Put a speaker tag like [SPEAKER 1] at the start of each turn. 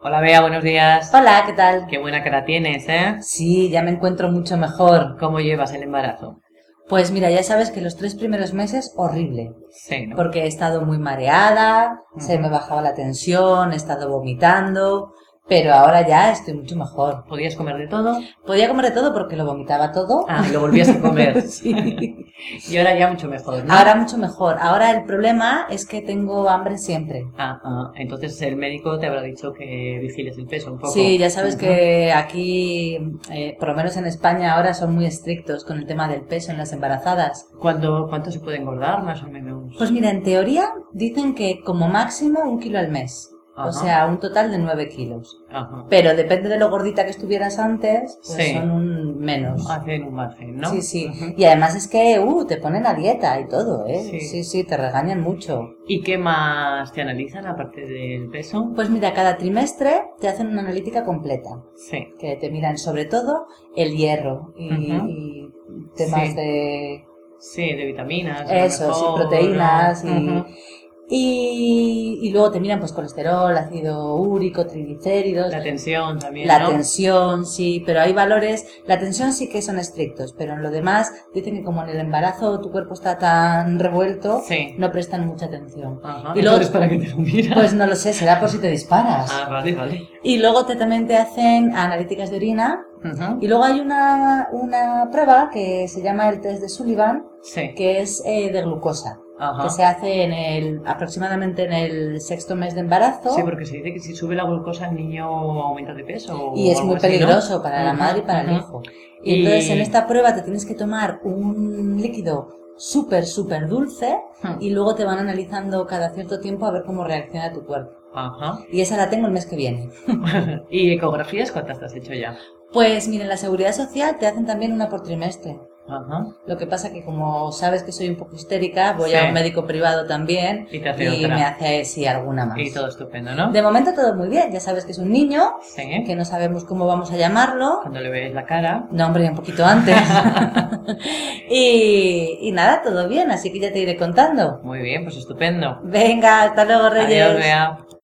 [SPEAKER 1] Hola Bea, buenos días.
[SPEAKER 2] Hola, ¿qué tal?
[SPEAKER 1] Qué buena cara tienes, ¿eh?
[SPEAKER 2] Sí, ya me encuentro mucho mejor.
[SPEAKER 1] ¿Cómo llevas el embarazo?
[SPEAKER 2] Pues mira, ya sabes que los tres primeros meses horrible,
[SPEAKER 1] Sí, ¿no?
[SPEAKER 2] porque he estado muy mareada, se
[SPEAKER 1] Ujú.
[SPEAKER 2] me bajaba la tensión, he estado vomitando, pero ahora ya estoy mucho mejor.
[SPEAKER 1] ¿Podías comer de todo?
[SPEAKER 2] Podía comer de todo porque lo vomitaba todo.
[SPEAKER 1] Ah, y lo volvías a comer.
[SPEAKER 2] Sí.
[SPEAKER 1] Y ahora ya mucho mejor, ¿no?
[SPEAKER 2] Ahora mucho mejor. Ahora el problema es que tengo hambre siempre.
[SPEAKER 1] Ah, ah, entonces el médico te habrá dicho que vigiles el peso un poco.
[SPEAKER 2] Sí, ya sabes
[SPEAKER 1] Ujú.
[SPEAKER 2] que aquí, eh, por lo menos en España, ahora son muy estrictos con el tema del peso en las embarazadas.
[SPEAKER 1] ¿Cuánto, cuánto se puede engordar, más o menos?
[SPEAKER 2] Pues mira, en teoría dicen que como máximo un kilo al mes.
[SPEAKER 1] Ajá.
[SPEAKER 2] O sea, un total de nueve kilos.
[SPEAKER 1] Ajá.
[SPEAKER 2] Pero depende de lo gordita que estuvieras antes, pues
[SPEAKER 1] Sí.
[SPEAKER 2] son un menos.
[SPEAKER 1] Hacen un margen, ¿no?
[SPEAKER 2] Sí, sí.
[SPEAKER 1] Ujú.
[SPEAKER 2] Y además es que, uh, te ponen a dieta y todo, ¿eh?
[SPEAKER 1] Sí.
[SPEAKER 2] Sí. sí, te regañan mucho.
[SPEAKER 1] ¿Y qué más te analizan aparte del peso?
[SPEAKER 2] Pues mira, cada trimestre te hacen una analítica completa,
[SPEAKER 1] Sí.
[SPEAKER 2] que te miran sobre todo el hierro y,
[SPEAKER 1] Ujú.
[SPEAKER 2] y temas
[SPEAKER 1] Sí.
[SPEAKER 2] de...
[SPEAKER 1] Sí, de vitaminas. a lo
[SPEAKER 2] Eso, sí,
[SPEAKER 1] mejor,
[SPEAKER 2] proteínas
[SPEAKER 1] ¿no?
[SPEAKER 2] y...
[SPEAKER 1] Ujú.
[SPEAKER 2] Y, y luego te miran pues colesterol, ácido úrico, triglicéridos,
[SPEAKER 1] La tensión también,
[SPEAKER 2] La
[SPEAKER 1] ¿no?
[SPEAKER 2] tensión, sí, pero hay valores. La tensión sí que son estrictos, pero en lo demás dicen que como en el embarazo tu cuerpo está tan revuelto,
[SPEAKER 1] Sí.
[SPEAKER 2] no prestan mucha atención.
[SPEAKER 1] Ajá.
[SPEAKER 2] Y
[SPEAKER 1] ¿Y
[SPEAKER 2] luego-
[SPEAKER 1] entonces para qué te lo miras?
[SPEAKER 2] Pues no lo sé, será por si te disparas.
[SPEAKER 1] Ah, vale, vale.
[SPEAKER 2] Y luego te, también te hacen analíticas de orina.
[SPEAKER 1] Ujú.
[SPEAKER 2] Y luego hay una, una prueba que se llama el test de Sullivan,
[SPEAKER 1] Sí.
[SPEAKER 2] que es eh, de glucosa,
[SPEAKER 1] Ajá.
[SPEAKER 2] que se hace en el, aproximadamente en el sexto mes de embarazo.
[SPEAKER 1] Sí, porque se dice que si sube la glucosa el niño aumenta de peso. o
[SPEAKER 2] Y es
[SPEAKER 1] algo
[SPEAKER 2] muy
[SPEAKER 1] así, ¿no?
[SPEAKER 2] peligroso para la
[SPEAKER 1] Ujú,
[SPEAKER 2] madre y para el
[SPEAKER 1] ujú.
[SPEAKER 2] hijo. Y, entonces
[SPEAKER 1] Y-
[SPEAKER 2] en esta prueba te tienes que tomar un líquido súper, súper dulce
[SPEAKER 1] Hmm.
[SPEAKER 2] y luego te van analizando cada cierto tiempo a ver cómo reacciona tu cuerpo.
[SPEAKER 1] Ajá.
[SPEAKER 2] Y esa la tengo el mes que viene.
[SPEAKER 1] ¿Y ecografías cuántas te has hecho ya?
[SPEAKER 2] Pues miren, la seguridad social te hacen también una por trimestre.
[SPEAKER 1] Ajá.
[SPEAKER 2] Lo que pasa que como sabes que soy un poco histérica, voy
[SPEAKER 1] Sí.
[SPEAKER 2] a un médico privado también
[SPEAKER 1] Y te hace otra.
[SPEAKER 2] me hace sí alguna más.
[SPEAKER 1] Y todo estupendo, ¿no?
[SPEAKER 2] De momento todo muy bien, ya sabes que es un niño,
[SPEAKER 1] Sí.
[SPEAKER 2] que no sabemos cómo vamos a llamarlo,
[SPEAKER 1] Cuando le veis la cara.
[SPEAKER 2] No, hombre, un poquito antes. y, y nada, todo bien, así que ya te iré contando.
[SPEAKER 1] Muy bien, pues estupendo.
[SPEAKER 2] Venga, hasta luego, Reyes.
[SPEAKER 1] Adiós, Bea.